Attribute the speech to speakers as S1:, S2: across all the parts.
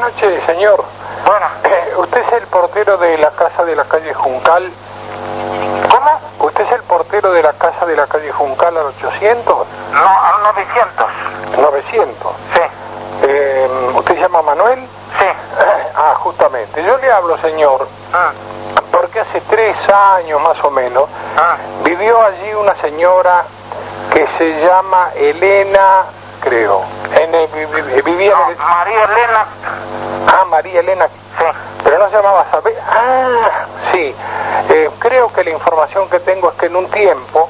S1: noches, señor. Eh,
S2: Bueno, eh,
S1: Usted es el portero de la casa de la calle Juncal.
S2: ¿cómo?
S1: Usted es el portero de la casa de la calle Juncal al 800,
S2: No, a un 900.
S1: 900.
S2: Sí,
S1: Eh, ¿Usted se llama Manuel?
S2: sí.
S1: Ah, justamente. Yo le hablo, señor,
S2: Ah,
S1: porque hace tres años más o menos
S2: ah,
S1: vivió allí una señora que se llama Elena, creo. En el- vi- vi- vivía
S2: no,
S1: en el-
S2: María Elena.
S1: Ah, María Elena,
S2: Sí,
S1: pero no se llamaba Sabe- Ah, sí. Eh, creo que la información que tengo es que en un tiempo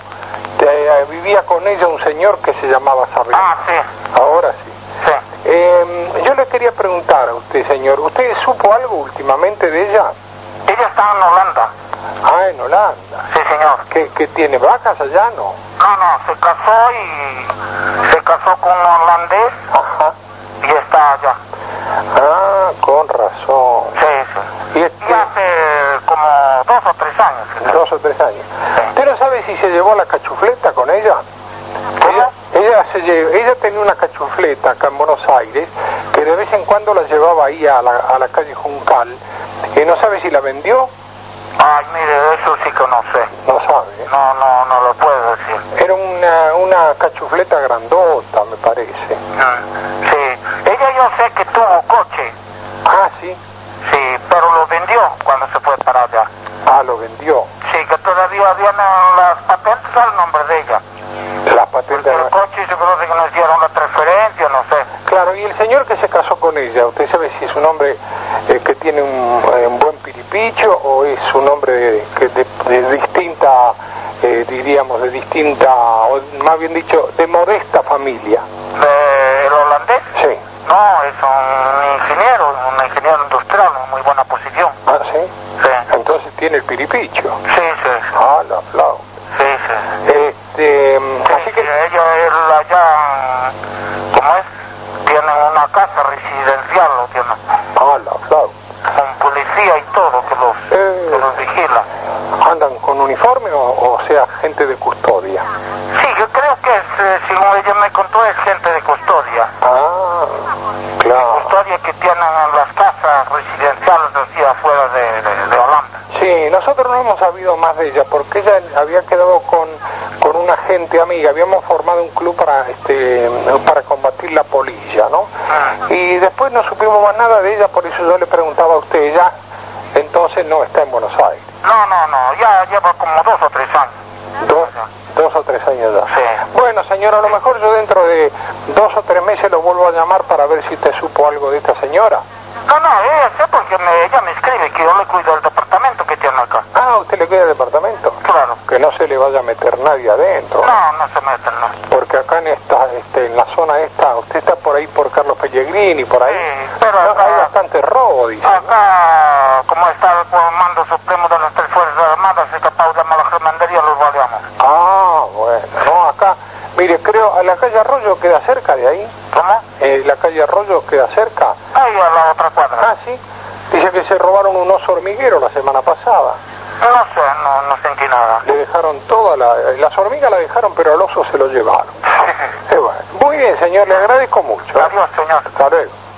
S1: eh, vivía con ella un señor que se llamaba Sabela.
S2: ah, sí,
S1: Ahora sí.
S2: sí.
S1: Eh, yo le quería preguntar a usted, señor, ¿usted supo algo últimamente de ella?
S2: Ella está en Holanda.
S1: Ah, en Holanda.
S2: Sí, señor.
S1: ¿Que, que tiene vacas allá, no?
S2: No, no, se casó y se casó con un holandés
S1: Ajá.
S2: y está allá.
S1: Ah, con razón.
S2: Sí, sí.
S1: Y este,
S2: Y hace como dos o tres años. que está.
S1: dos o tres años. ¿Usted no sabe si se llevó la cachufleta con ella? Ella,
S2: ¿Cómo?
S1: ella se lle- ella tenía una cachufleta acá en Buenos Aires que de vez en cuando la llevaba ahí a la, a la calle Juncal. ¿Y no sabe si la vendió?
S2: Ay, mire, eso sí que no sé.
S1: No sabe. ¿eh?
S2: No, no, no lo puedo decir.
S1: Era una, una cachufleta grandota, me parece.
S2: Ah, Sí, ella yo sé que tuvo coche,
S1: Ah, sí.
S2: sí, pero lo vendió cuando se fue para allá.
S1: Ah, lo vendió.
S2: Sí, que todavía habían eh, las patentes al nombre de ella.
S1: La patente.
S2: Porque el coche yo creo que nos dieron la transferencia, no sé.
S1: Claro, y el señor que se casó con ella, ¿usted sabe si es un hombre eh, que tiene un, eh, un buen piripicho o es un hombre que de, de distinta, eh, diríamos, de distinta, o más bien dicho, de modesta familia?
S2: Eh, ¿El holandés?
S1: Sí.
S2: No, es un ingeniero, un ingeniero industrial, en muy buena posición.
S1: Ah, sí.
S2: Sí,
S1: Entonces tiene el piripicho.
S2: sí, sí,
S1: Ah, la flau.
S2: sí, sí.
S1: Este,
S2: Sí,
S1: así que,
S2: ella, él allá, ¿cómo es? Tiene una casa residencial, lo tiene.
S1: ah, la flau.
S2: con policía y todo que los,
S1: Eh.
S2: que los vigila.
S1: ¿Andan con uniforme o, o sea, gente de custodia?
S2: Sí, yo creo que es, eh, según ella me contó, es gente de custodia.
S1: Ah, claro.
S2: Custodia que tienen en las casas residenciales así afuera de, de, de Holanda.
S1: Sí, nosotros no hemos sabido más de ella porque ella había quedado con, con una gente amiga. Habíamos formado un club para, este, para combatir la polilla, ¿no?
S2: Ah.
S1: Y después no supimos más nada de ella, por eso yo le preguntaba a usted. Ella entonces no está en Buenos Aires.
S2: No, no, no, ya lleva como dos o tres años.
S1: Dos, dos o tres años ya.
S2: Ah. Sí.
S1: Bueno, señora, a lo mejor yo dentro de dos o tres meses lo vuelvo a llamar para ver si usted supo algo de esta señora.
S2: No, no, ella sé porque me, ella me escribe que yo le cuido el departamento que tiene acá.
S1: Ah, usted le queda el departamento.
S2: Claro.
S1: Que no se le vaya a meter nadie adentro.
S2: No, no se meten, no.
S1: Porque acá en esta, este, en la zona esta, usted está por ahí por Carlos Pellegrini, por ahí.
S2: Sí, pero
S1: No,
S2: acá- Ah.
S1: hay bastante robo, dice.
S2: Acá, como está el comando supremo de las tres Fuerzas Armadas, se capaz de la germandería, los baleamos.
S1: Ah, bueno, no, acá, mire, creo, a la calle Arroyo queda cerca de ahí.
S2: ¿Cómo?
S1: Eh, la calle Arroyo queda cerca.
S2: Ahí a la otra cuadra.
S1: Ah, sí. Dice que se robaron un oso hormiguero la semana pasada.
S2: No sé, no, no sentí nada.
S1: Le dejaron toda la... eh, Las hormigas la dejaron, pero al oso se lo llevaron. Eh, bueno. Muy bien, señor, le agradezco mucho. ¿eh?
S2: Adiós, señor.
S1: Hasta luego.